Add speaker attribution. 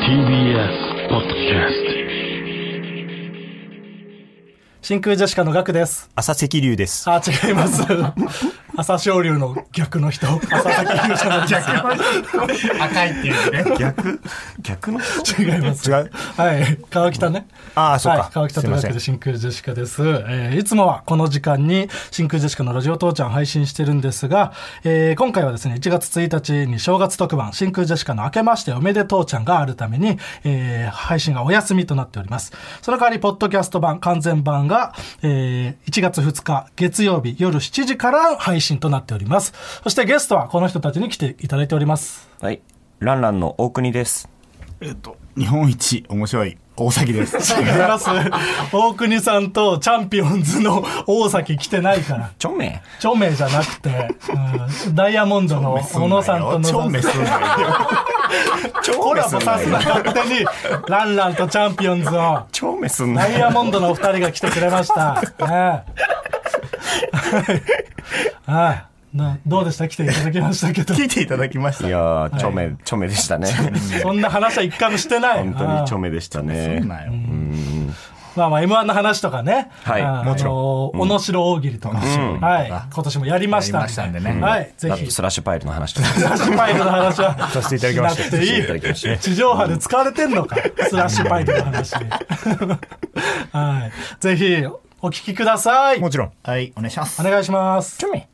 Speaker 1: TBS ポッドキャスト
Speaker 2: 真空ジェシカのガクです。
Speaker 3: 朝赤龍です。
Speaker 2: あ、違います。朝青龍の逆の人。朝崎龍じゃないです。
Speaker 4: 赤いっていうね。
Speaker 3: 逆逆の
Speaker 2: 違います。
Speaker 3: 違う
Speaker 2: はい。川北ね。
Speaker 3: ああ、そっ
Speaker 2: はい
Speaker 3: か。、
Speaker 2: 川北と
Speaker 3: す
Speaker 2: い
Speaker 3: いうま
Speaker 2: わ
Speaker 3: せ
Speaker 2: け
Speaker 3: ん
Speaker 2: で。真空ジェシカです、えーいつもはこの時間に真空ジェシカのラジオ父ちゃん配信してるんですが、えー今回はですね1月1日に正月特番真空ジェシカの明けましておめでとうちゃんがあるために、えー配信がお休みとなっておりますその代わりポッドキャスト版完全版が、えー1月2日月曜日夜7時から配信となっておりますそしてゲストはこの人たちに来ていただいております
Speaker 3: はい。ランランの大国です。
Speaker 4: えっと、日本一面白い大崎です。
Speaker 2: 違います大国さんとチャンピオンズの大崎来てないから
Speaker 3: ちょめ。
Speaker 2: 著名じゃなくて、うんダイヤモンドの小野さんと
Speaker 4: 超
Speaker 2: 野
Speaker 4: メ
Speaker 2: 田さん。
Speaker 4: スんだ
Speaker 2: コラボさすな
Speaker 3: よ。
Speaker 2: 勝手に、ランランとチャンピオンズを、
Speaker 3: ちょめすんな
Speaker 2: ダイ
Speaker 3: よ。
Speaker 2: ヤモンドのお二人が来てくれました。ねえはいなどうでした来ていただきましたけど。
Speaker 4: 聞いていただきました。
Speaker 3: いやー、ちょめ、ちょめでしたね。
Speaker 2: そんな話は一回もしてない。
Speaker 3: 本当にちょめでした
Speaker 4: そ
Speaker 3: ね
Speaker 4: う。なんよ
Speaker 2: まあまあ M1 の話とかね。
Speaker 3: はい
Speaker 2: あの
Speaker 3: もちろん
Speaker 2: 小野城大喜利とか。はい。今年もやりましたんで。
Speaker 4: やりましたんでね
Speaker 2: はい。ぜ
Speaker 3: だって
Speaker 2: ひ。
Speaker 3: スラッシュパイルの話とか。
Speaker 2: スラッシュパイルの話は。さ
Speaker 4: せていただきました
Speaker 2: くてい
Speaker 3: いただきまし
Speaker 2: い。地上波で使われてんのか。スラッシュパイルの話。 はい。ぜひ、お聞きください。
Speaker 4: ちろん。はい、お願いします。
Speaker 2: お願いします。
Speaker 3: ちょめ。